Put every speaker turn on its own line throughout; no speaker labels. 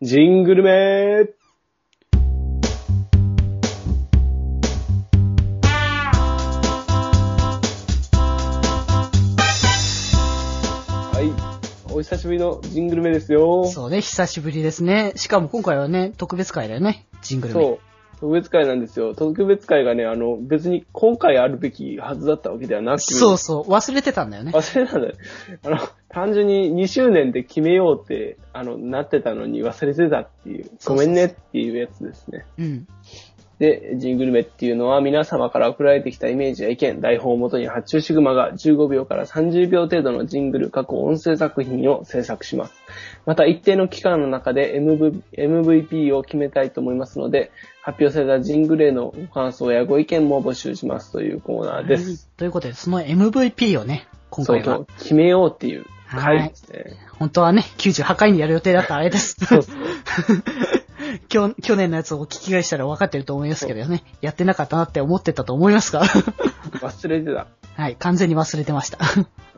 ジングルメはい。お久しぶりのジングルメですよ。
そうね、久しぶりですね。しかも今回はね、特別会だよね。ジングルメ。
そう。特別会なんですよ。特別会がね、あの、別に今回あるべきはずだったわけではなくて、
そうそう忘れてたんだよね。
忘れたんだよ。あの、単純に2周年で決めようって、あの、なってたのに忘れてたっていう、
そ
ご
うそうそ
め
う
んねっていうやつですね。
うん。
で、ジングルメっていうのは皆様から送られてきたイメージや意見、台本をもとに発注シグマが15秒から30秒程度のジングル、過去音声作品を制作します。また一定の期間の中で MV MVP を決めたいと思いますので、発表されたジングルへのご感想やご意見も募集しますというコーナーです。
ということで、その MVP をね、今
そう
回
今
は
日、決めようっていう回ですね。
本当はね、98回にやる予定だったあれです。
そう そう。
去去年のやつをお聞き返したら分かってると思いますけどね、やってなかったなって思ってたと思いますが、
忘れてた。
はい、完全に忘れてました。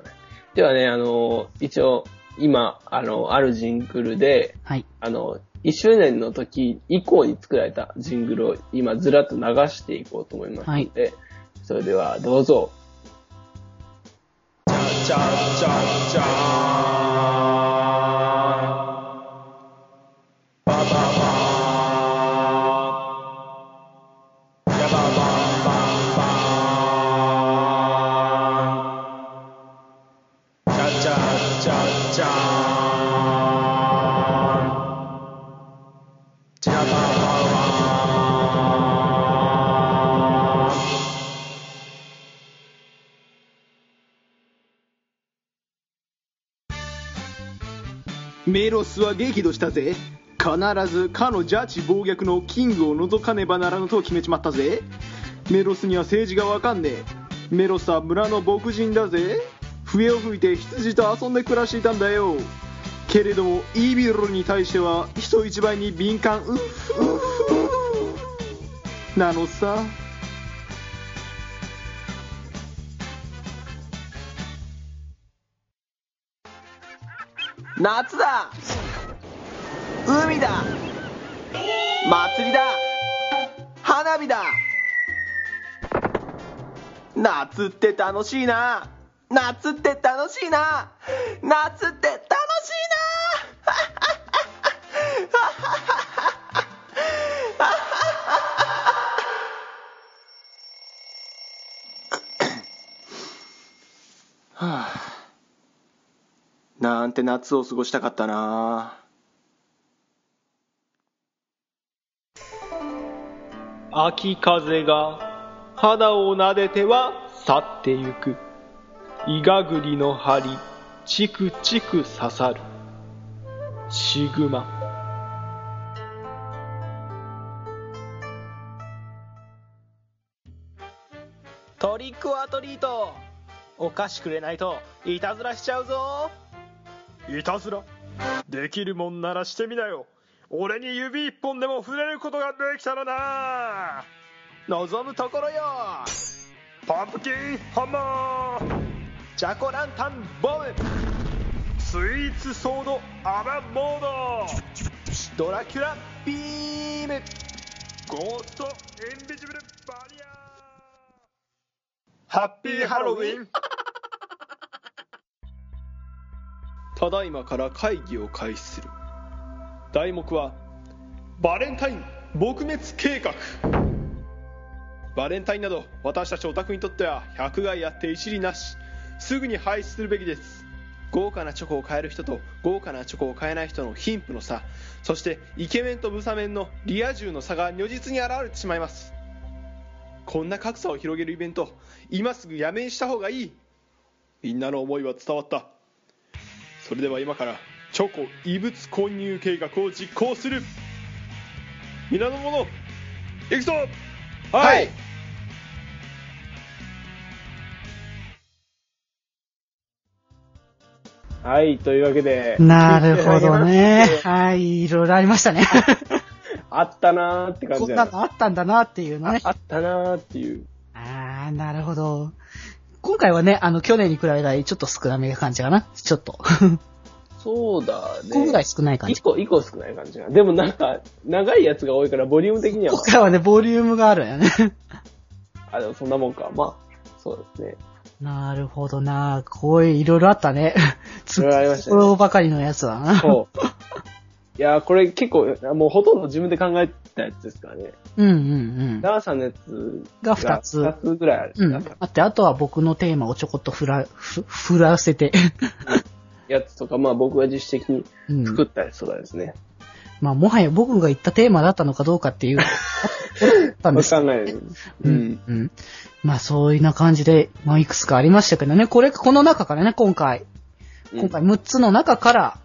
ではね、あの、一応、今、あの、あるジングルで、
はい。
あの、1周年の時以降に作られたジングルを今ずらっと流していこうと思いますので、それではどうぞ。
メロスは激怒したぜ必ずかのジャッジ暴虐のキングを除かねばならぬと決めちまったぜメロスには政治がわかんねえメロスは村の牧人だぜ笛を吹いて羊と遊んで暮らしていたんだよけれどもイービルに対しては人一倍に敏感うっうっうっなのさ
夏だ海だ祭りだ花火だ夏って楽しいな夏って楽しいな夏って楽しい
なんて夏を過ごしたかったな
秋風が肌を撫でては去ってゆく。イガグリの針、チクチク刺さる。シグマ。
トリックオアトリートお菓子くれないといたずらしちゃうぞ
いたずらできるもんならしてみなよ。俺に指一本でも触れることができたらな
望むところよ
パンプキンハンマー
ジャコランタンボム
スイーツソードアラモード
ドラキュラビーム
ゴーストインビジブルバリアハッピーハロウィン
ただいまから会議を開始する題目は
バレンタイン撲滅計画
バレンタインなど私たちオタクにとっては百害あって一理なしすぐに廃止するべきです豪華なチョコを買える人と豪華なチョコを買えない人の貧富の差そしてイケメンとブサメンのリア充の差が如実に現れてしまいますこんな格差を広げるイベント今すぐやめにした方がいいみんなの思いは伝わったそれでは今からチョコ異物混入計画を実行する皆の者行くぞはい
はい、というわけで、
なるほどね
聞いていただきまし。て
はい、いろいろありましたね。
あったなーって感
こ
じ
ん
だ
な
よ
のあったんだなっていうね。
あったなーっていう。
あー、なるほど。今回はね、あの、去年に比べたらちょっと少なめな感じかな。ちょっと。
そうだね。
1個ぐらい少ない感じ
一。個、一個少ない感じが。でもなんか、長いやつが多いから、ボリューム的には、
今回はね、ボリュームがあるんやね。
あ、でもそんなもんか。まあ、そうですね。
なるほどなこういう、いろいろあったね。
いろいろありましたね
こればかりのやつだな。
そう。 いやー、これ結構、もうほとんど自分で考えたやつですからね。
うんうんうん。
ダーさんのやつ
が二つ
二つぐらいある。
うん。
なんか
待って、あとは僕のテーマをちょこっと振ら、ふ振らせて。
やつとか、まあ僕が自主的に
うん。
作ったやつとかですね。
まあ、もはや僕が言ったテーマだったのかどう かっていう、あったん
まあ
です
考える。
う
うんん。
うん。まあ、そういうな感じで、まあ、いくつかありましたけどね。これ、この中からね、今回。今回6つの中から、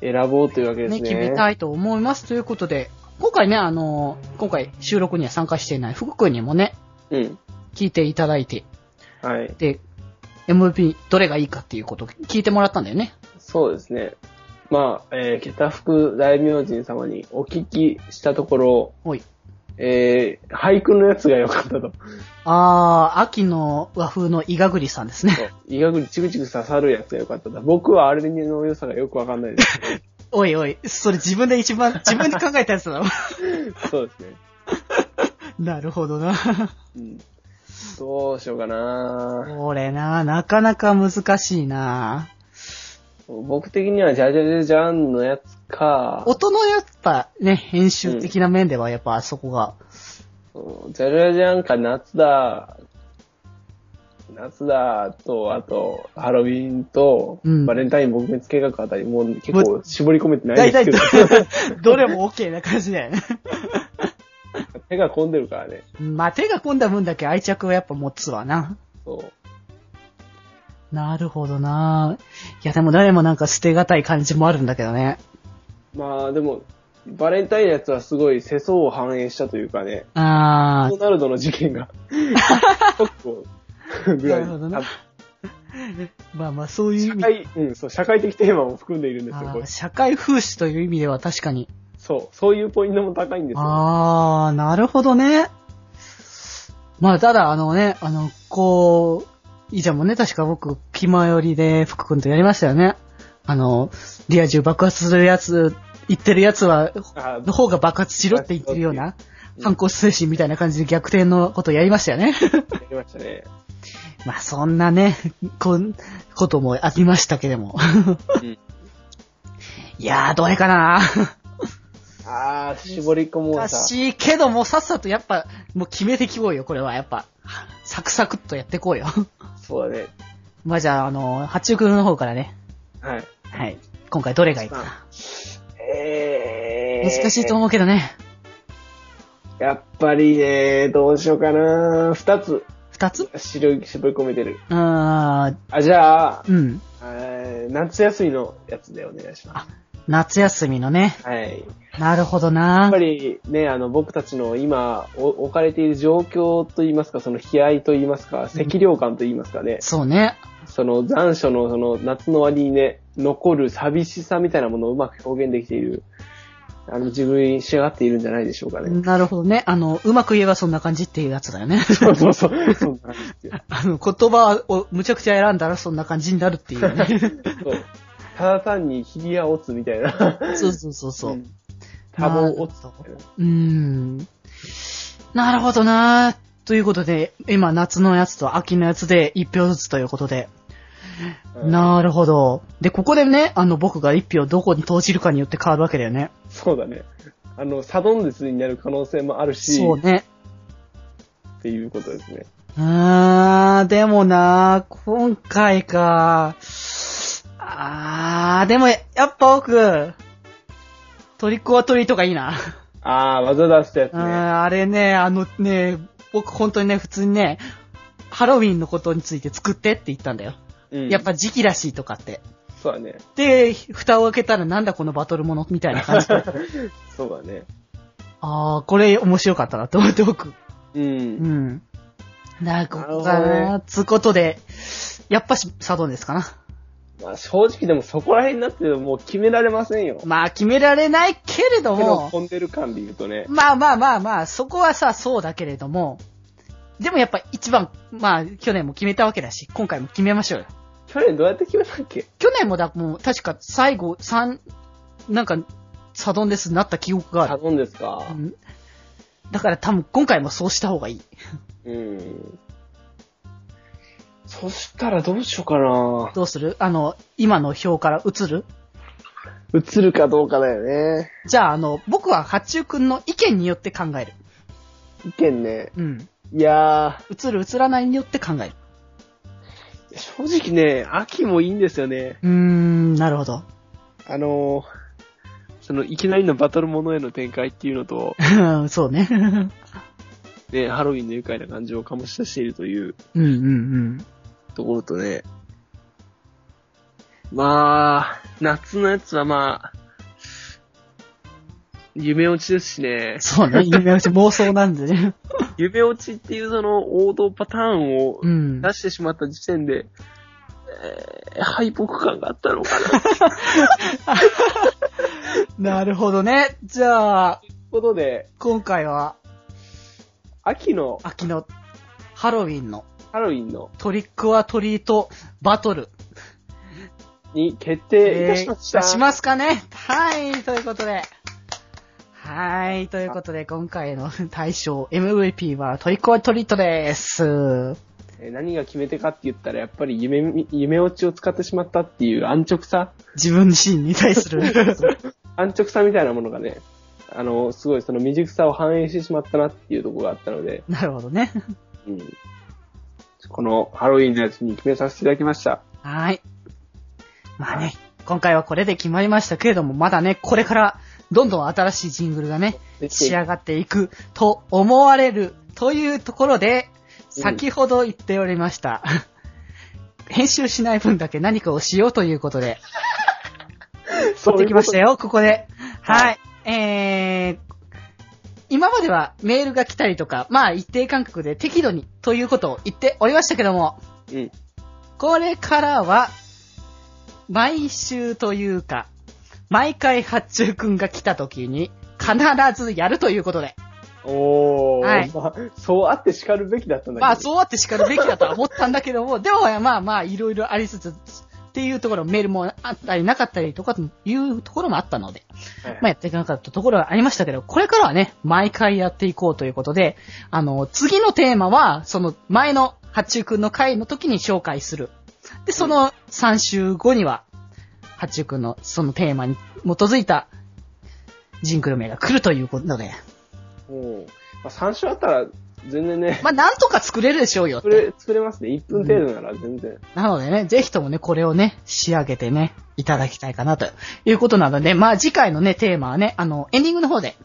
選ぼうというわけで
ね、
すね。
決めたいと思います。ということで、今回ね、あのー、今回収録には参加していない福君にもね、
うん。
聞いていただいて、
はい。
で、MVP どれがいいかっていうことを聞いてもらったんだよね。
そうですね。まあ、えー、ケタ福大明神様にお聞きしたところ、
おい。
えー、俳句のやつが良かったと。
あー、秋の和風のイガグリさんですね。
医学にチクチク刺さるやつが良かったと。僕はあれの良さがよくわかんない です。
おいおい、それ自分で一番、自分で考えたやつだろ。
そうですね。
なるほどな。
うん。どうしようかな
これな、なかなか難しいな。
僕的にはジャジャジャジャンのやつか、
音のやっぱね、編集的な面ではやっぱあそこが、
うんジャジャジャンか夏だ、夏だと、あと、ハロウィンと、
うん
バレンタイン撲滅計画あたり、もう結構絞り込めてない
大
です
体
けど、
どれも OK な感じだよね。
手が込んでるからね。
まあ、手が込んだ分だけ愛着はやっぱ持つわな。
そう。
なるほどな。いや、でも誰もなんか捨てがたい感じもあるんだけどね。
まあでも、バレンタインのやつはすごい世相を反映したというかね、
あ
ロナルドの事件 が、結構、ぐらい
なるほどねー、 まあまあそういう意
社
味。
会、うん、そう、社会的テーマも含んでいるんですよ、
あ
こ
ー
れ。
社会風刺という意味では確かに。
そう、そういうポイントも高いんですよ。
ああ、なるほどね。まあ、ただ、あのね、あの、こう、以前もね、確か僕、気前よりで福君とやりましたよね。あの、リア充爆発するやつ、言ってるやつは、
あ
の方が爆発しろって言ってるような、
うん
反抗精神みたいな感じで逆転のことをやりましたよね。
やりましたね。
まあ、そんなね、こん、こともありましたけども。
うん
いやー、どれかな
あー、絞り込も
難
うさ。
しいけども、さっさとやっぱ、もう決めてきこうよ、これは。やっぱ、サクサクっとやってこうよ。
そうだね。
まあじゃあ、あの、八中君の方からね。
はい。
はい。今回どれがいいかな。
えー。
難しいと思うけどね。
やっぱりね、どうしようかな。二つ、
二つう
絞り絞り込めてる。
ーん。
あ、じゃあ、
うん。
えー夏休みのやつでお願いしま
夏休みのね。
す。はい。
なるほど
や
な
っぱ。りね、あの、僕たちの今お置かれている状況といいますか、その悲哀といいますか、赤涼感といいますかね、
そうね。
その残暑のその夏の終わりにね、残る寂しさみたいなものをうまく表現できている、あの、自分に仕上がっているんじゃないでしょうかね。
なるほどね。あの、うまく言えばそんな感じっていうやつだよね。
そうそうそう。そんな感じですよ
あの、言葉をむちゃくちゃ選んだらそんな感じになるっていうね。
そうただ単にヒリアオツみたいな。
そうそうそうそう。
ん多忙オツ
な
と
るほ
かね。
うーん。なるほどなということで、今夏のやつと秋のやつで一票ずつということで。
うん
なるほど。で、ここでね、あの僕が一票どこに投じるかによって変わるわけだよね。
そうだね。あの、サドンデスになる可能性もあるし、
そうね。
っていうことですね。
あー、でもな今回か。あー、でもやっぱ僕、トリックはトリートがいいな。
あー、技出したやつ
う
ね。
んあれね、あのね、僕本当にね、普通にね、ハロウィンのことについて作ってって言ったんだよ。
うん
やっぱ時期らしいとかって。
そうだね。
で、蓋を開けたらなんだこのバトルものみたいな感 じで。
そうだね。
あー、これ面白かったなと思って僕。
う。
うんん。なるほど
なるほ
な。つうことで、やっぱし、サドンですかな。
まあ正直でもそこら辺になってもう決められませんよ。
まあ、決められないけれど
手の
も、
込んでる感で言うとね。
まあまあまあまあ、そこはさ、そうだけれども、でもやっぱ一番、まあ、去年も決めたわけだし、今回も決めましょうよ。
去年どうやって決めたっけ
去年もだ、もう確か最後、三、なんか、サドンデスになった記憶がある。
頼んですか
うんだから多分今回もそうした方がいい。
うん。そしたらどうしようかな
どうするあの、今の表から移る
映るかどうかだよね。
じゃあ、あの、僕は八中くんの意見によって考える。
意見ね。
うん。
いや
移る、移らないによって考える。
ー、正直ね、秋もいいんですよね。
うーん、なるほど。
あのー、その、いきなりのバトルものへの展開っていうのと、
そうね。
ね、 ハロウィンの愉快な感じを醸し出しているという
うんうんうん。
ところとね、まあ、夏のやつはまあ、夢落ちですしね、
そうね。夢落ち妄想なんでね。
夢落ちっていうその王道パターンを
うん。
出してしまった時点で、えー敗北感があったのかな。という
なるほどね。じゃあ、
ことで、
今回は、
秋の
秋のハロウィンの
ハロウィンの
トリックはトリートバトル。
に決定いたしました。
えーしますかね。はい、ということで。はい、ということで、今回の大賞 MVP はトリックはトリートです。
えー何が決め手かって言ったら、やっぱり夢み、夢落ちを使ってしまったっていう安直 さ
自分自身に対する。
安直さみたいなものがね、あの、すごいその未熟さを反映してしまったなっていうところがあったので、
なるほどね。
うん、このハロウィンのやつに決めさせていただきました。
はい。まあね、今回はこれで決まりましたけれども、まだね、これからどんどん新しいジングルがね、
で
仕上がっていくと思われるというところで、
うん
先ほど言っておりました。編集しない分だけ何かをしようということで、
そ
取ってきましたよ、ここで。はい。えー、今まではメールが来たりとか、まあ一定間隔で適度にということを言っておりましたけども、
うん
これからは、毎週というか、毎回八中くんが来た時に、必ずやるということで。
おー、
はい
まあ、そうあって叱るべきだったんだけど。
まあ、そうあって叱るべきだとは思ったんだけども、でもまあまあ、いろいろありつつ、っていうところ、メールもあったりなかったりとかというところもあったので、
はい
まあやっていかなかったところはありましたけど、これからはね、毎回やっていこうということで、あの、次のテーマは、その前の八中くんの回の時に紹介する。で、その3週後には、八中くんのそのテーマに基づいたジングル名が来るということなので、
うんまあ、3週あったら全然ね、
まあなんとか作れるでしょうよって
作。れ、作れますね。1分程度なら全然。
なのでね、ぜひともね、これをね、仕上げてね、いただきたいかなということなので、まあ次回のね、テーマはね、あの、エンディングの方で、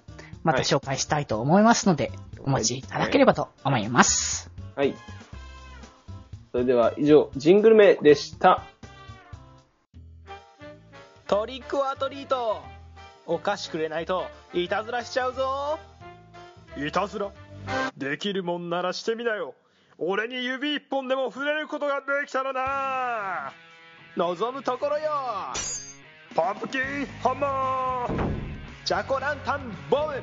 また
はい
紹介したいと思いますので、お待ちいただければと思います。
はい。それでは以上、ジングルメでした。
トリックオアトリートお菓子くれないといたずらしちゃうぞ
いたずらできるもんならしてみなよ俺に指一本でも触れることができたらな
望むところよ
パンプキンハンマー
ジャコランタンボム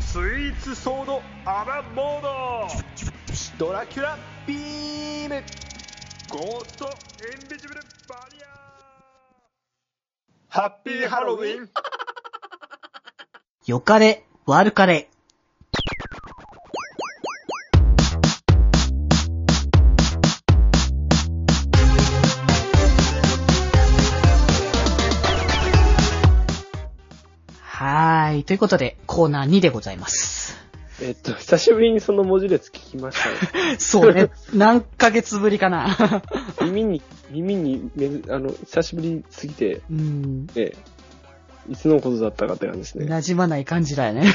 スイーツソードアラモード
ドラキュラビーム
ゴーストインビジブルバリアーハッピーハロウィン
よかれ、悪かれ。はーい。ということで、コーナー2でございます。
えっと、久しぶりにその文字列聞きましたね。
そうね。何ヶ月ぶりかな。
耳に、耳にめず、あの、久しぶりすぎて、
うん。
ね、いつのことだったかって感じですね。
馴染まない感じだよね。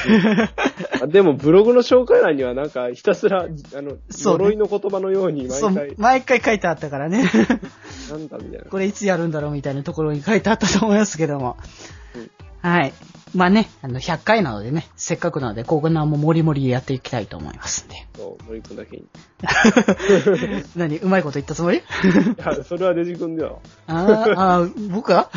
あでも、ブログの紹介欄にはなんか、ひたすら、あの、
そうね
呪いの言葉のように毎
そう
回、、
毎回書いてあったから ね。
なんだみたいな。
これいつやるんだろうみたいなところに書いてあったと思いますけども
うん。
はい。まあね、あの、100回なのでね、せっかくなので、ここなももりもりやっていきたいと思います んで。
そう、森くんだけに。い
何うまいこと言ったつもり
や、それはデジ君では、
あーあー、僕は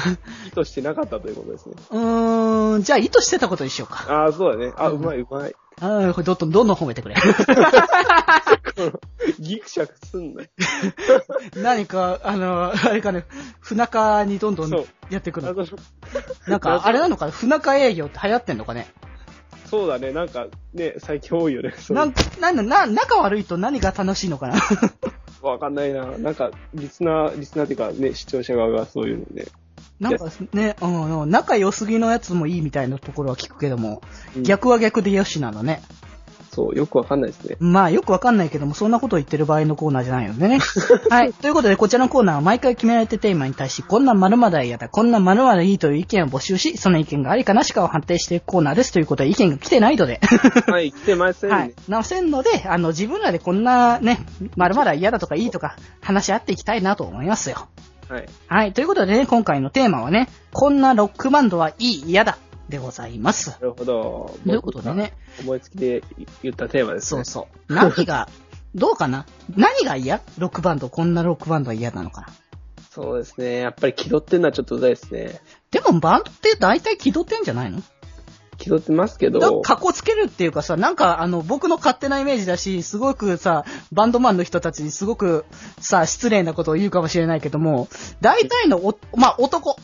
意図してなかったということですね。
うーん、じゃあ意図してたことにしようか。
ああ、そうだね。あ、うまい、うまい。
ああ、これどんどんどんどん褒めてくれ。
ギクシャクすんなよ。
何か、あの、あれかね、不仲にどんどん
そう
やってく
あ
る。
の
なん
謎
か、あれなのかな不仲営業って流行ってんのかね
そうだね、なんかね、最近多いよね。そう
なん、なんだ、な、仲悪いと何が楽しいの かな
わかんないな。なんか、リスナー、リスナーっていうかね、視聴者側がそういうので。
なんかね、うんうん、仲良すぎのやつもいいみたいなところは聞くけども、
うん
逆は逆でよしなのね。
そう、よくわかんないですね。
まあよくわかんないけども、そんなことを言ってる場合のコーナーじゃないので ね。はい。ということで、こちらのコーナーは毎回決められたテーマに対し、こんな〇〇は嫌だ、こんな〇〇いいという意見を募集し、その意見がありかなしかを判定していくコーナーですということで、意見が来てないので。
はい、来てませんね。
はい。直せんので、あの、自分らでこんなね、〇〇は嫌だとかいいとか、話し合っていきたいなと思いますよ。
はい。
はい。ということでね、今回のテーマはね、こんなロックバンドはいい、嫌だ、でございます。
なるほど。
ということでね、
思いつきで言ったテーマです
そ
ね
う。そう。何が、どうかな何が嫌ロックバンド、こんなロックバンドは嫌なのかな
そうですね。やっぱり気取ってんのはちょっとうざいですね。
でもバンドって大体気取ってんじゃないの
気取ってますけ
なん
ど、
か格好つけるっていうかさ、なんかあの、僕の勝手なイメージだし、すごくさ、バンドマンの人たちにすごくさ、失礼なことを言うかもしれないけども、大体のお、まあ、男。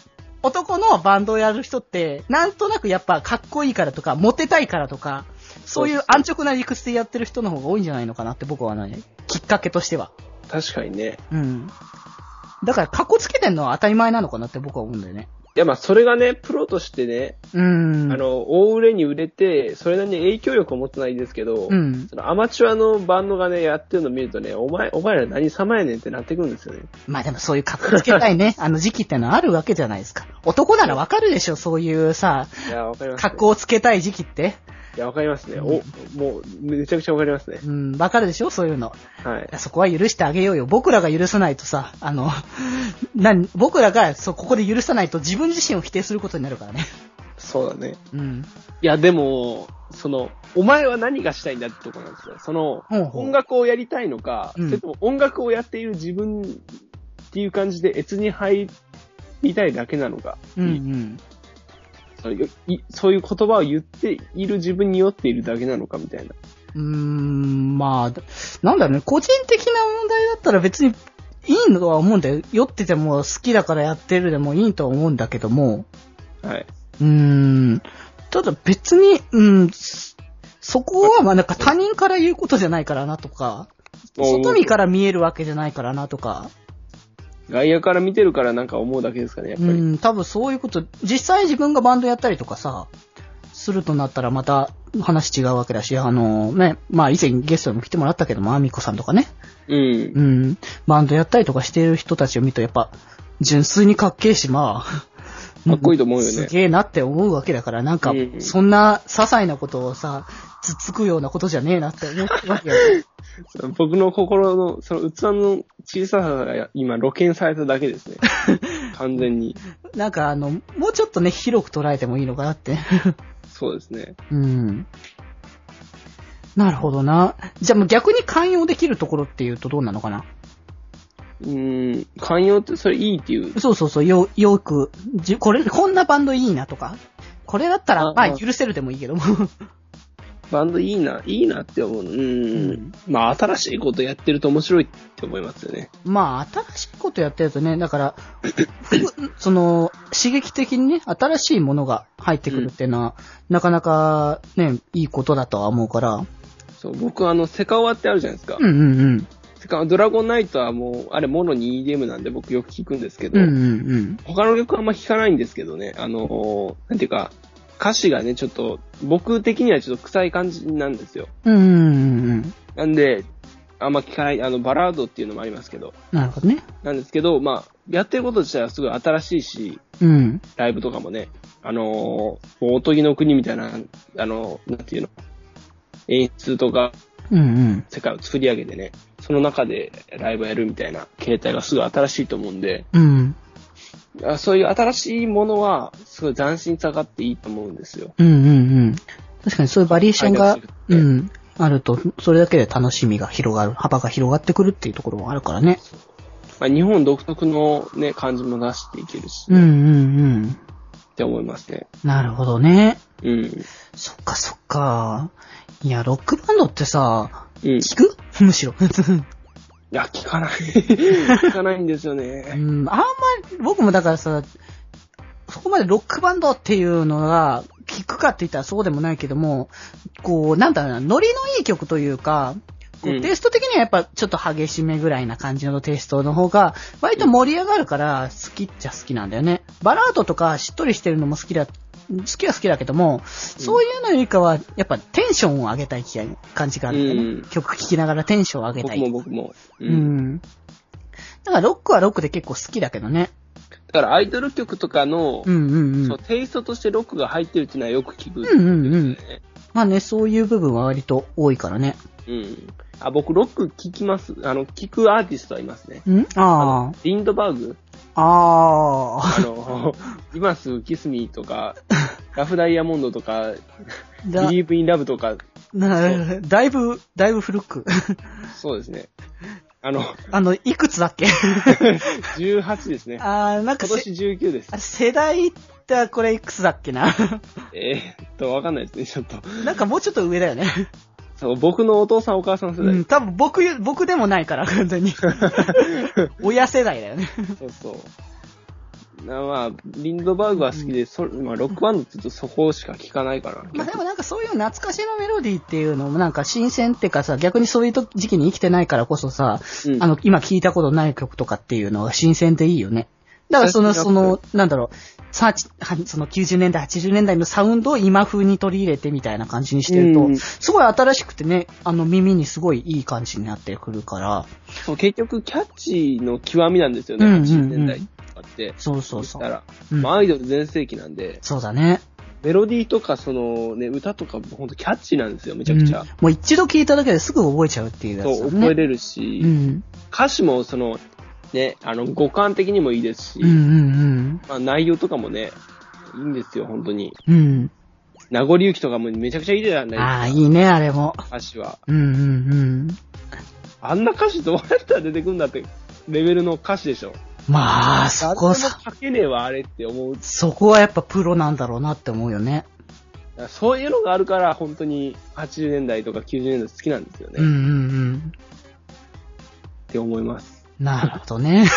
男のバンドをやる人って、なんとなくやっぱかっこいいからとか、モテたいからとか、そういう安直な理屈でやってる人の方が多いんじゃないのかなって僕はね、きっかけとしては。
確かにね。
うん。だから、かっこつけてんのは当たり前なのかなって僕は思うんだよね。
いや、まあ、それがね、プロとしてね、
うん。
あの、大売れに売れて、それなりに影響力を持ってないんですけど、
うん。
そのアマチュアのバンドがね、やってるの見るとね、お前、お前ら何様やねんってなってくるんですよね。
まあでもそういう格好つけた いね、あの時期ってのはあるわけじゃないですか。男ならわかるでしょ、そういうさ、
いや、わかります、ね。
格好をつけたい時期って。
いや、わかりますね。
うん
お、もう、めちゃくちゃわかりますね。
うん、わかるでしょ、そういうの。
はい。
そこは許してあげようよ。僕らが許さないとさ、あの、なん僕らがそうここで許さないと自分自身を否定することになるからね。
そうだね。
うん。
いや、でも、その、お前は何がしたいんだってとこなんですよ。その、
ほうほう
音楽をやりたいのか、
うん
それとも音楽をやっている自分っていう感じで、越に入りたいだけなのか、
うんうん。
そういういそういう言葉を言っている自分に酔っているだけなのかみたいな。
うーん、まあ、なんだろうね、個人的な問題だったら別にいいのとは思うんだよ。酔ってても好きだからやってるでもいいとは思うんだけども、
はい。
うーん。ただ別に、うん、そそこは、まあなんか他人から言うことじゃないからなとか、外見から見えるわけじゃないからなとか、
外野から見てるからなんか思うだけですかね、やっぱ
う
り。
ん、多分そういうこと、実際自分がバンドやったりとかさ、するとなったらまた話違うわけだし、あのね、まあ以前ゲストにも来てもらったけども、アミコさんとかね、
うん。
うん、バンドやったりとかしてる人たちを見るとやっぱ、純粋にかっけえし、まあ、
かっこいいと思うよね
すげえなって思うわけだから、なんか
う、ん
そんな些細なことをさ、つっつくようなことじゃねえなって思うわけよ。
その僕の心の、その器の小ささが今露見されただけ ですね。完全に。
なんかあの、もうちょっとね、広く捉えてもいいのかなって。
そうですね。
うん。なるほどな。じゃあもう逆に寛容できるところっていうとどうなのかな
うーん、寛容って、それいいっていう。
そうそうそう、よ、よく、じこれ、こんなバンドいいなとか。これだったら、
あ
まあ
あ
許せるでもいいけども。
バンドいいな、いいなって思うの。うーん。まあ、新しいことやってると面白いって思いますよね。
まあ、新しいことやってるとね、だから、ふ その、刺激的にね、新しいものが入ってくるっていうのは、なかなかね、いいことだとは思うから、
そう、僕、あの、セカオワってあるじゃないですか。
うんうんうん。
セカオワドラゴンナイトはもう、あれ、モノに EDM なんで僕よく聞くんですけど、
うんうんうん。
他の曲はあんま聞かないんですけどね、あの、なんていうか、歌詞がね、ちょっと、僕的にはちょっと臭い感じなんですよ。
うんうんうん。
なんで、あんま聞かない、あの、バラードっていうのもありますけど、
なるほどね。
なんですけど、まあ、やってること自体はすごい新しいし、
うん。
ライブとかもね、あのー、おとぎの国みたいな、あのー、なんていうの、演出とか
うんうん。
世界を作り上げてね、その中でライブやるみたいな形態がすごい新しいと思うんで、
うん。
あそういう新しいものは、すごい斬新さがあっていいと思うんですよ。
うんうんうん。確かにそういうバリエーションが
開拓する、って
うん。あると、それだけで楽しみが広がる、幅が広がってくるっていうところもあるからね。
まあ、日本独特のね、感じも出していけるし、
うんうんうん。
って思いますね。
なるほどね。
うん。
そっかそっか。いや、ロックバンドってさ、
うん。い
聞く むしろ。
や、聞かない。 聞かないんですよ
う
ね。
ん、あんまり、僕もだからさ、そこまでロックバンドっていうのが、聞くかって言ったらそうでもないけども、こう、なんだろうな、ノリのいい曲というか、こ
う
うんテイスト的にはやっぱちょっと激しめぐらいな感じのテイストの方が、割と盛り上がるから好きっちゃ好きなんだよね。バラードとかしっとりしてるのも好きだ、好きは好きだけども、そういうのよりかは、やっぱテンションを上げたい気が感じがあるんだよね。
うん
曲聴きながらテンションを上げた
僕も
い。
僕も。う。
うんん。だからロックはロックで結構好きだけどね。
だからアイドル曲とかの
う、んうんう。
そうんテイストとしてロックが入ってるっていうのはよく聞く。
うんうんうん。まあね、そういう部分は割と多いからね。
うん。あ、僕、ロック聞きます。あの、聞くアーティストはいますね。
んあ
リンドバーグ
あ。ああ。
あ の、今すぐキスミーとか、ラフダイヤモンドとか、
だ、
ビリーブインラブとか、
なだいぶ、だいぶ古く。
そうですね。あの、
あの、いくつだっ け
18ですね。
ああ、なんか
今
せ
年19です
あ。世代ってこれいくつだっけな
えーっと、わかんないですね、ちょっと。
なんかもうちょっと上だよね。
そう、僕のお父さんお母さん世
うん、
代。
多分僕よ、僕でもないから、完 全に。親世代だよね。
そうそう。なまあ、リンドバーグは好きで、そまあ、ロックバンドって言うとそこしか聞かないから。
まあでもなんかそういう懐かしのメロディーっていうのもなんか新鮮っていうかさ、逆にそういう時時期に生きてないからこそさ、
うん
あの、今聴いたことない曲とかっていうのが新鮮でいいよね。だからその、
最
そ
近だっ
の、なんだろう、さあ、その90年代、80年代のサウンドを今風に取り入れてみたいな感じにしてると、
うん
すごい新しくてね、あの耳にすごいいい感じになってくるから、
そう結局、キャッチーの極みなんですよね、
うんうんうん
80年代とかって。
そうそうそ
言った
う。
ら、
うん
まあアイドル全盛期なんで、
そうだね。
メロディーとか、そのね、歌とか、ほんとキャッチーなんですよ、めちゃくちゃ
うん。もう一度聴いただけですぐ覚えちゃうっていうやつだね。
そう、覚えれるし、
うん。
歌詞も、その、ね、あの、五感的にもいいですし、
うんうん
まあ、内容とかもね、いいんですよ、本当に。
うん。うん。
名残雪とかもめちゃくちゃいいじゃないですか。
ああ、いいね、あれも。
歌詞は。
うんうんうん。
あんな歌詞どうやったら出てくんだって、レベルの歌詞でしょ。
まあ、そ
誰
こ
も
さ、
書けねえわ、あれって思う。だ
そこはやっぱプロなんだろうなって思うよね。
からそういうのがあるから、本当に80年代とか90年代好きなんですよね。
うんう
っ
ん
て思います。
うん。なるほどね。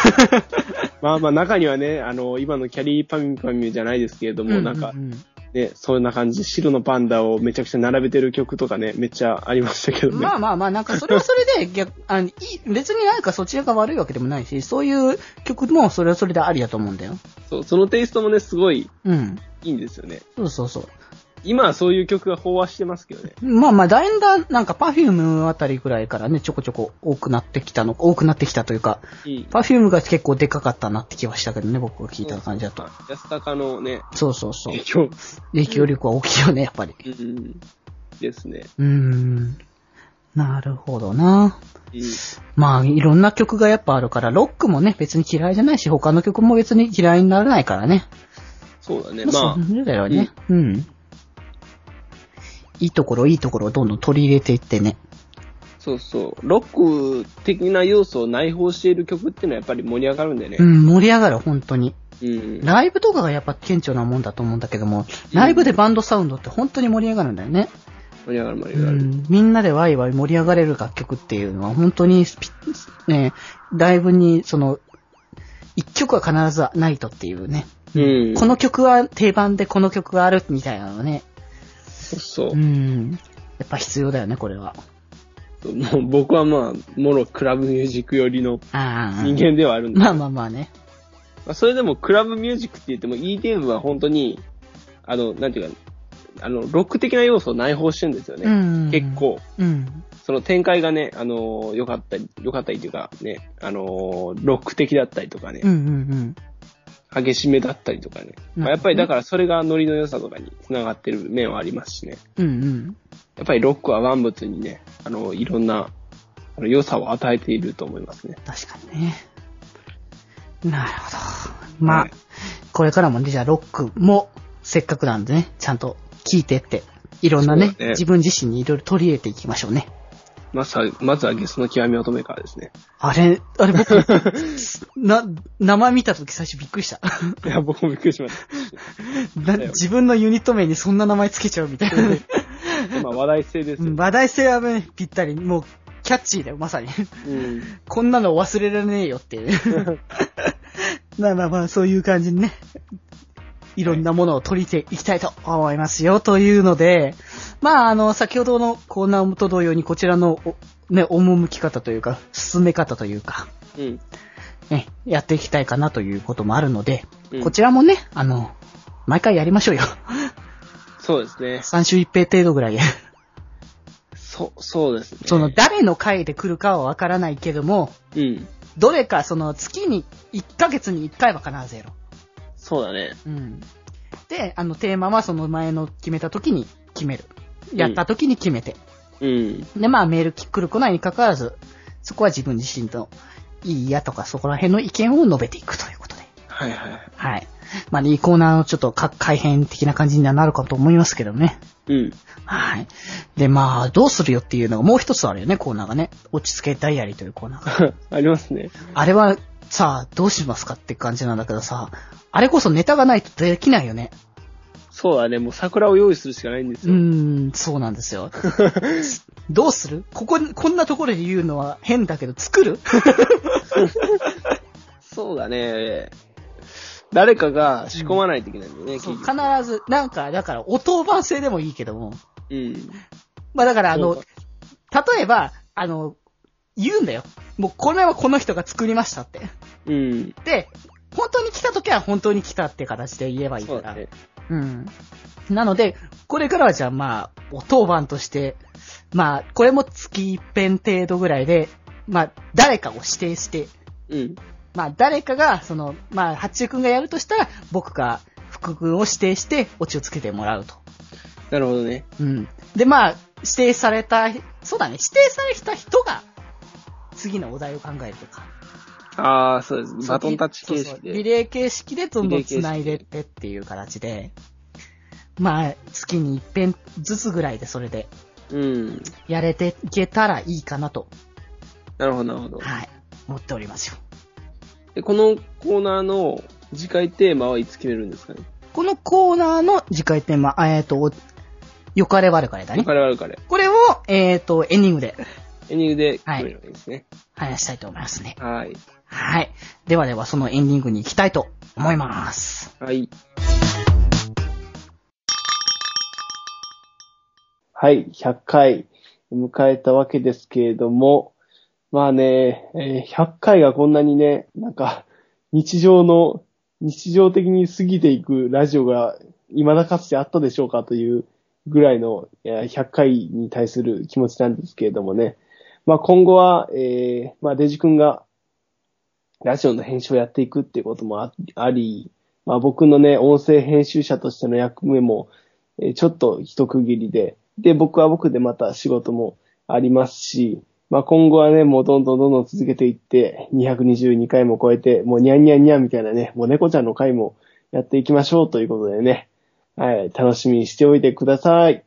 まあまあ中にはね、あの、今のキャリーパミュパミュじゃないですけれども、なんか
う、ん
ね、そんな感じ、白のパンダをめちゃくちゃ並べてる曲とかね、めっちゃありましたけどね。
まあまあまあ、なんかそれはそれで逆、 あのいい別になんかそちらが悪いわけでもないし、そういう曲もそれはそれでありだと思うんだよ。
そう、そのテイストもね、すごい
うん。
いいんですよね。
そうそうそう。
今はそういう曲が飽和してますけどね。
まあまあ、だんだん、なんか、パフュームあたりぐらいからね、ちょこちょこ多くなってきたの、多くなってきたというか、
いい。
パフュームが結構でかかったなって気はしたけどね、僕が聞いた感じだと。
安高のね、
そうそうそう
影。響、
影響力は大きいよね、やっぱり。
うん、ですね。
うーん。なるほどな。
いい。
まあ、いろんな曲がやっぱあるから、ロックもね、別に嫌いじゃないし、他の曲も別に嫌いにならないからね。
そうだね。
ま
ま
あ、そうだよね。うん。いいところ、いいところをどんどん取り入れていってね。
あ、そうそう。ロック的な要素を内包している曲っていうのはやっぱり盛り上がるんだよね
う。ん、盛り上がる、本当に。
うん。
ライブとかがやっぱ顕著なもんだと思うんだけども、ライブでバンドサウンドって本当に盛り上がるんだよね。
盛り上がる盛り
う
上がる。
ん、みんなでワイワイ盛り上がれる楽曲っていうのは本当にスピ、ね、ライブにその、一曲は必ずないとっていうね。
うん。
この曲は定番でこの曲があるみたいなのね。
そうそう
う。ん。やっぱ必要だよね、これは。
もう僕はまあ、もろクラブミュージック寄りの
ああ。
人間ではあるんで、
まあまあまあね。
まあ、それでもクラブミュージックって言っても EDM は本当に、あの、なんていうか、あの、ロック的な要素を内包してるんですよ
う
ね。
ん。
結。構。
うん。
その展開がね、あのー良かったり、良かったりというか、ね、あのーロック的だったりとかね
うんう、ん
激しめだったりとかね。まあ、やっぱりだからそれがノリの良さとかに繋がってる面はありますしね。
うん。うんうん。
やっぱりロックは万物にね、あのいろんな、あの良さを与えていると思いますね。
確かにね。なるほど。まあ、
はい
これからもね、じゃあロックもせっかくなんでね、ちゃんと聞いてって、いろんな
そう
ね、
だね
自分自身にいろいろ取り入れていきましょうね。
まずは、まずはゲスの極み乙女からですね。
あれ、あれ僕、 な、名前見た時最初びっくりした。
いや、僕もびっくりしまし
な自分のユニット名にそんな名前つけちゃうみたいな。
まあ話題性です
う
よ
ん話題性はね、ぴったり、もう、キャッチーだよ、まさに。
うん。
こんなの忘れられねえよっていう。 まあまあまあ、そういう感じにね、いろんなものを取り入れていきたいと思いますよ、というので、まああの、先ほどのコーナーと同様に、こちらのお、ね、赴き方というか、進め方というか、
うん。
ね、やっていきたいかなということもあるので、
うん
こちらもね、あの、毎回やりま しょうよ。
そうですね。
3週1平程度ぐらいで。
そ、そうですね。
その、誰の回で来るかはわからないけども、
うん。
どれかその月に1ヶ月に1回は必ずやろ
そうだね。
う。うん。で、あのテーマはその前の決めた時に決める。やった時に決めて。
うん。
で、まあメール来る来ないに関わらず、そこは自分自身のいいやとかそこら辺の意見を述べていくということで。
はいはい。
はい。まあね、いいコーナーのちょっとか改変的な感じにはなるかと思いますけどね。
うん。
はい。で、まあ、どうするよっていうのがもう一つあるよね、コーナーがね。落ち着けダイアリーというコーナーが。
ありますね。
あれはさ、どうしますかって感じなんだけどさ、あれこそネタがないとできないよね。
そうだね。もう桜を用意するしかないんです
う
よ。
ーん、そうなんですよ。 どうするここ、こんなところで言うのは変だけど、作る
そうだね。誰かが仕込まないといけないんだよね、
そう
結
必
局。
ず、なんか、だから、お当番制でもいいけども。
うん。
まあだから、あの
そう、
例えば、あの、言うんだよ。もう、これはこの人が作りましたって。
うん。
で、本当に来た時は本当に来たって形で言えばいいか
そう
ら
だ。ね。
うん。なので、これからはじゃあまあ、お当番として、まあ、これも月一遍程度ぐらいで、まあ、誰かを指定して、
うん。
まあ、誰かが、その、まあ、八中くんがやるとしたら、僕が福君を指定して、オチをつけてもらうと。
なるほどね。
うん。で、まあ、指定された、そうだね、指定された人が、次のお題を考えるとか。
ああ、そうです。バトンタッチ形
そう
式
そうリ
で。
レー形式でどんど
リレ
ん
ー形式で
繋いでってっていう形で、まあ、月に一遍ずつぐらいでそれで
うん。
やれていけたらいいかなと、
なるほど、なるほど。
はい、思っておりますよ。
で、このコーナーの次回テーマはいつ決めるんですかね
このコーナーの次回テーマ、あえっ、と、およかれ悪かれだね。
彼はる彼。
これを、えっ、と、エンディングで
エンディングで決めるわけですね。
話したいと思いますね。
はい。
はい。ではでは、そのエンディングに行きたいと思います。
はい。はい、100回迎えたわけですけれども、まあね、えー100回がこんなにね、なんか、日常の、日常的に過ぎていくラジオが、未だかつてあったでしょうかというぐらいの、いや100回に対する気持ちなんですけれどもね。まあ今後は、えーまあデジ君が、ラジオの編集をやっていくっていうこともああり、まあ僕のね、音声編集者としての役目も、えーちょっと一区切りで、で、僕は僕でまた仕事もありますし、まあ今後はね、もうどんどんどんどん続けていって、222回も超えて、もうニャンニャンニャンみたいなね、もう猫ちゃんの回もやっていきましょうということでね、はい、楽しみにしておいてください。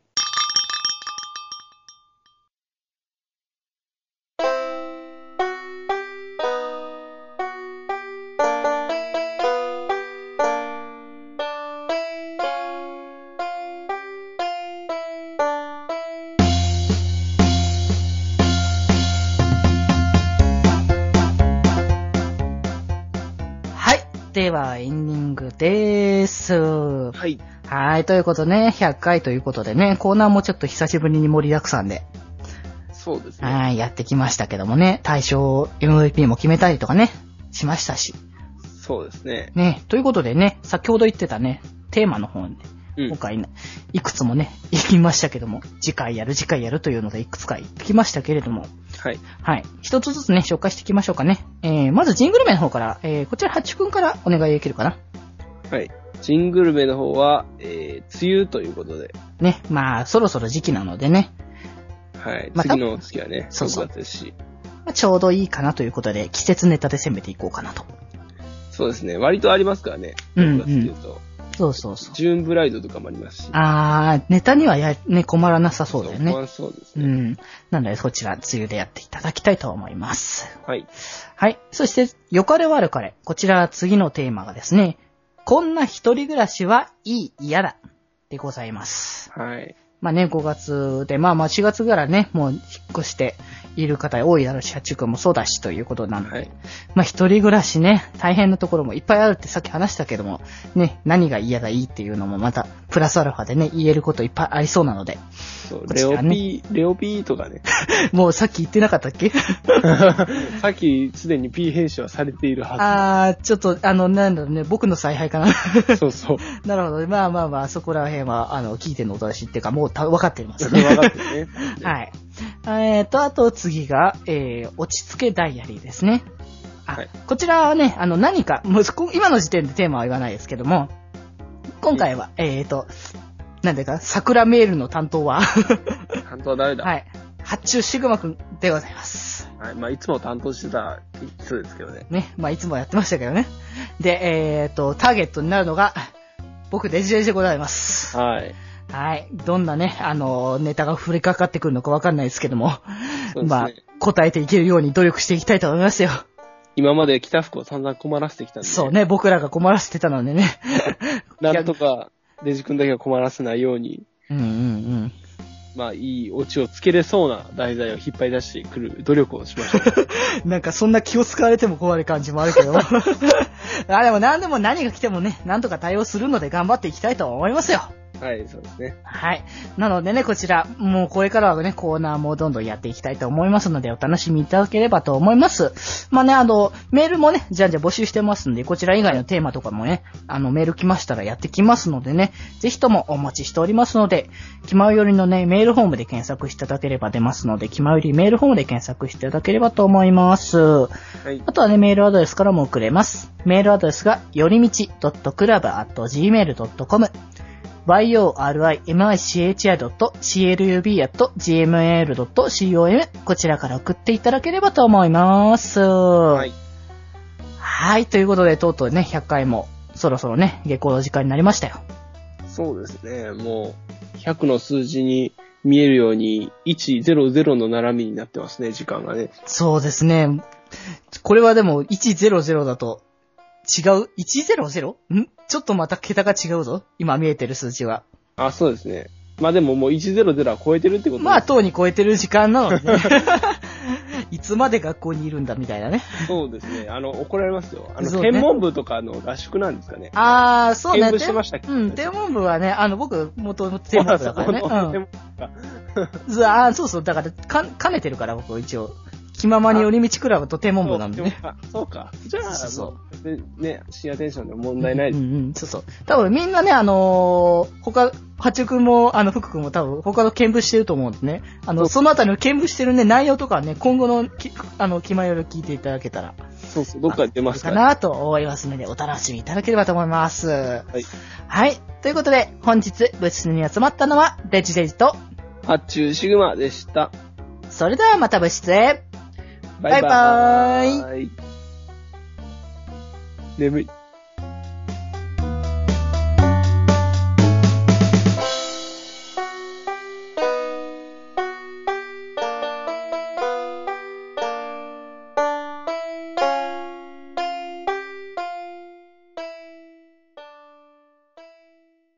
はい。では、エンディングです。
はい。
はい、ということでね、100回ということでね、コーナーもちょっと久しぶりに盛りだくさんで、
そうですね。
はい、やってきましたけどもね、対象 MVP も決めたりとかね、しましたし。
そうですね。
ね、ということでね、先ほど言ってたね、テーマの方に、
うん
今。回、いくつもね、行きましたけども、次回やる、次回やるというので、いくつか行ってきましたけれども、
はい。
はい、一つずつね、紹介していきましょうかね。えー、まず、ジングルメの方から、えー、こちら、ハチ君からお願いできるかな。
はい。ジングルメの方は、えー、梅雨ということで、
ね、まあ、そろそろ時期なのでね、
はい。
また
次の月はね、
そうそう
6月ですし。
まあ、ちょうどいいかなということで、季節ネタで攻めていこうかなと。
そうですね。割とありますからね。
う
6
ん
月っていうと。
そうそうそう。
ジューンブライドとかもありますし。
あー、ネタにはや、ね、困らなさそうだよ
そこ
ね。
はそうです
う
ね。
ん。なので、そちら、梅雨でやっていただきたいと思います。
はい。
はい。そして、よかれ悪かれ。こちら、次のテーマがですね、こんな一人暮らしはいい、嫌だ。でございます。
はい。
まあね、5月で、まあまあ4月からね、もう引っ越している方多いだろうし、社畜もそうだしということなので、
はい。
まあ一人暮らしね、大変なところもいっぱいあるってさっき話したけども、ね、何が嫌がいいっていうのもまた、プラスアルファでね、言えることいっぱいありそうなので、
そう、
こち
レオ
らね
ピー、レオピーと かね。
もうさっき言ってなかったっ け
さっきすでに P 編集はされているは
あー、ちょっと、あの、なんだろうね、僕の采配かな。
ず。そうそう。
なるほど。まあまあまあ、そこら辺は、あの、聞いてるのお正しいっていうか、もうた分かってますね。
分かって るね。
はい。えっ、と、あと次が、えー、落ち着けダイアリーですね。あ、
はい
こちらはね、あの、何か、もうこ今の時点でテーマは言わないですけども、今回は、えっ、と、なんていうか、桜メールの担当 は、
担当は誰だ
はい、発注シグマくんでございます。
はい。まあ、いつも担当してた人ですけどね。
ね、まあ、いつもやってましたけどね。で、えっ、と、ターゲットになるのが、僕、デジデジでございます。
はい。
はい。どんなね、あの、ネタが降りかかってくるのかわかんないですけど
そ
も、
うですね
まあ、答えていけるように努力していきたいと思いますよ。
今まで北福を散々困らせてきたんで。
そう。ね、僕らが困らせてたので ね。
なんとか、デジ君だけは困らせないように、
うんうんうん。
まあ、いいオチをつけれそうな題材を引っ張り出してくる努力をしました。
なんかそんな気を使われても困る感じもあるけど。 あ、でも何でも何が来てもね、なんとか対応するので頑張っていきたいと思いますよ。
はい、そうですね。
はい。なのでね、こちら、もうこれからはね、コーナーもどんどんやっていきたいと思いますので、お楽しみいただければと思います。まあね、あの、メールもね、じゃんじゃん募集してますんで、こちら以外のテーマとかもね、あの、メール来ましたらやってきますのでね、ぜひともお待ちしておりますので、気まよりのね、メールホームで検索していただければ出ますので、気まよりメールホームで検索していただければと思います。
はい。
あとはね、メールアドレスからも送れます。メールアドレスが、よりみち .club.gmail.com yorimichi.club.gmail.com こちらから送っていただければと思います。は。
はいい。
ということで、とうとうね、100回もそろそろね、下校の時間になりましたよ。
そうですね。もう、100の数字に見えるように、100の並びになってますね、時間がね。
そうですね。これはでも、100だと、違う ?100? んちょっとまた桁が違うぞ。今見えてる数字は。
あ、そうですね。まあでももう100は超えてるってこと
まあ、とうに超えてる時間なので、 ね、いつまで学校にいるんだみたいなね。
そうですね。あの、怒られますよ。あの、
そうね
天文部とかの合宿なんですかね。
ああ、そうね。
演舞してましたっけ
うん、天文部はね、あの、僕、元々天文部だからね。
ほらそこの
う
天
ん
文
ず。ああ、そうそう、だから、か、兼ねてるから、僕、一応。気ままに寄り道クラブと天文部なんでね。
そうそうか。じゃあ、
そうそう
もう別にね、深夜テンションでも問題ない
うんうん、そうそう。多分みんなね、あのー他、八中くんも、あの、福くんも多分他の見舞してると思うんでね。あの、
そう
そのあたりの見舞してるね、内容とかはね、今後のき、あの、気まより聞いていただけたら、
そうそう、どっかで出ます
か
から。
なと思いますので、お楽しみいただければと思います。はいはい。ということで、本日、部室に集まったのは、デジデジと、
発注シグマでした。
それではまた部室へ。
バイバ
バイバ
ーイ。眠い。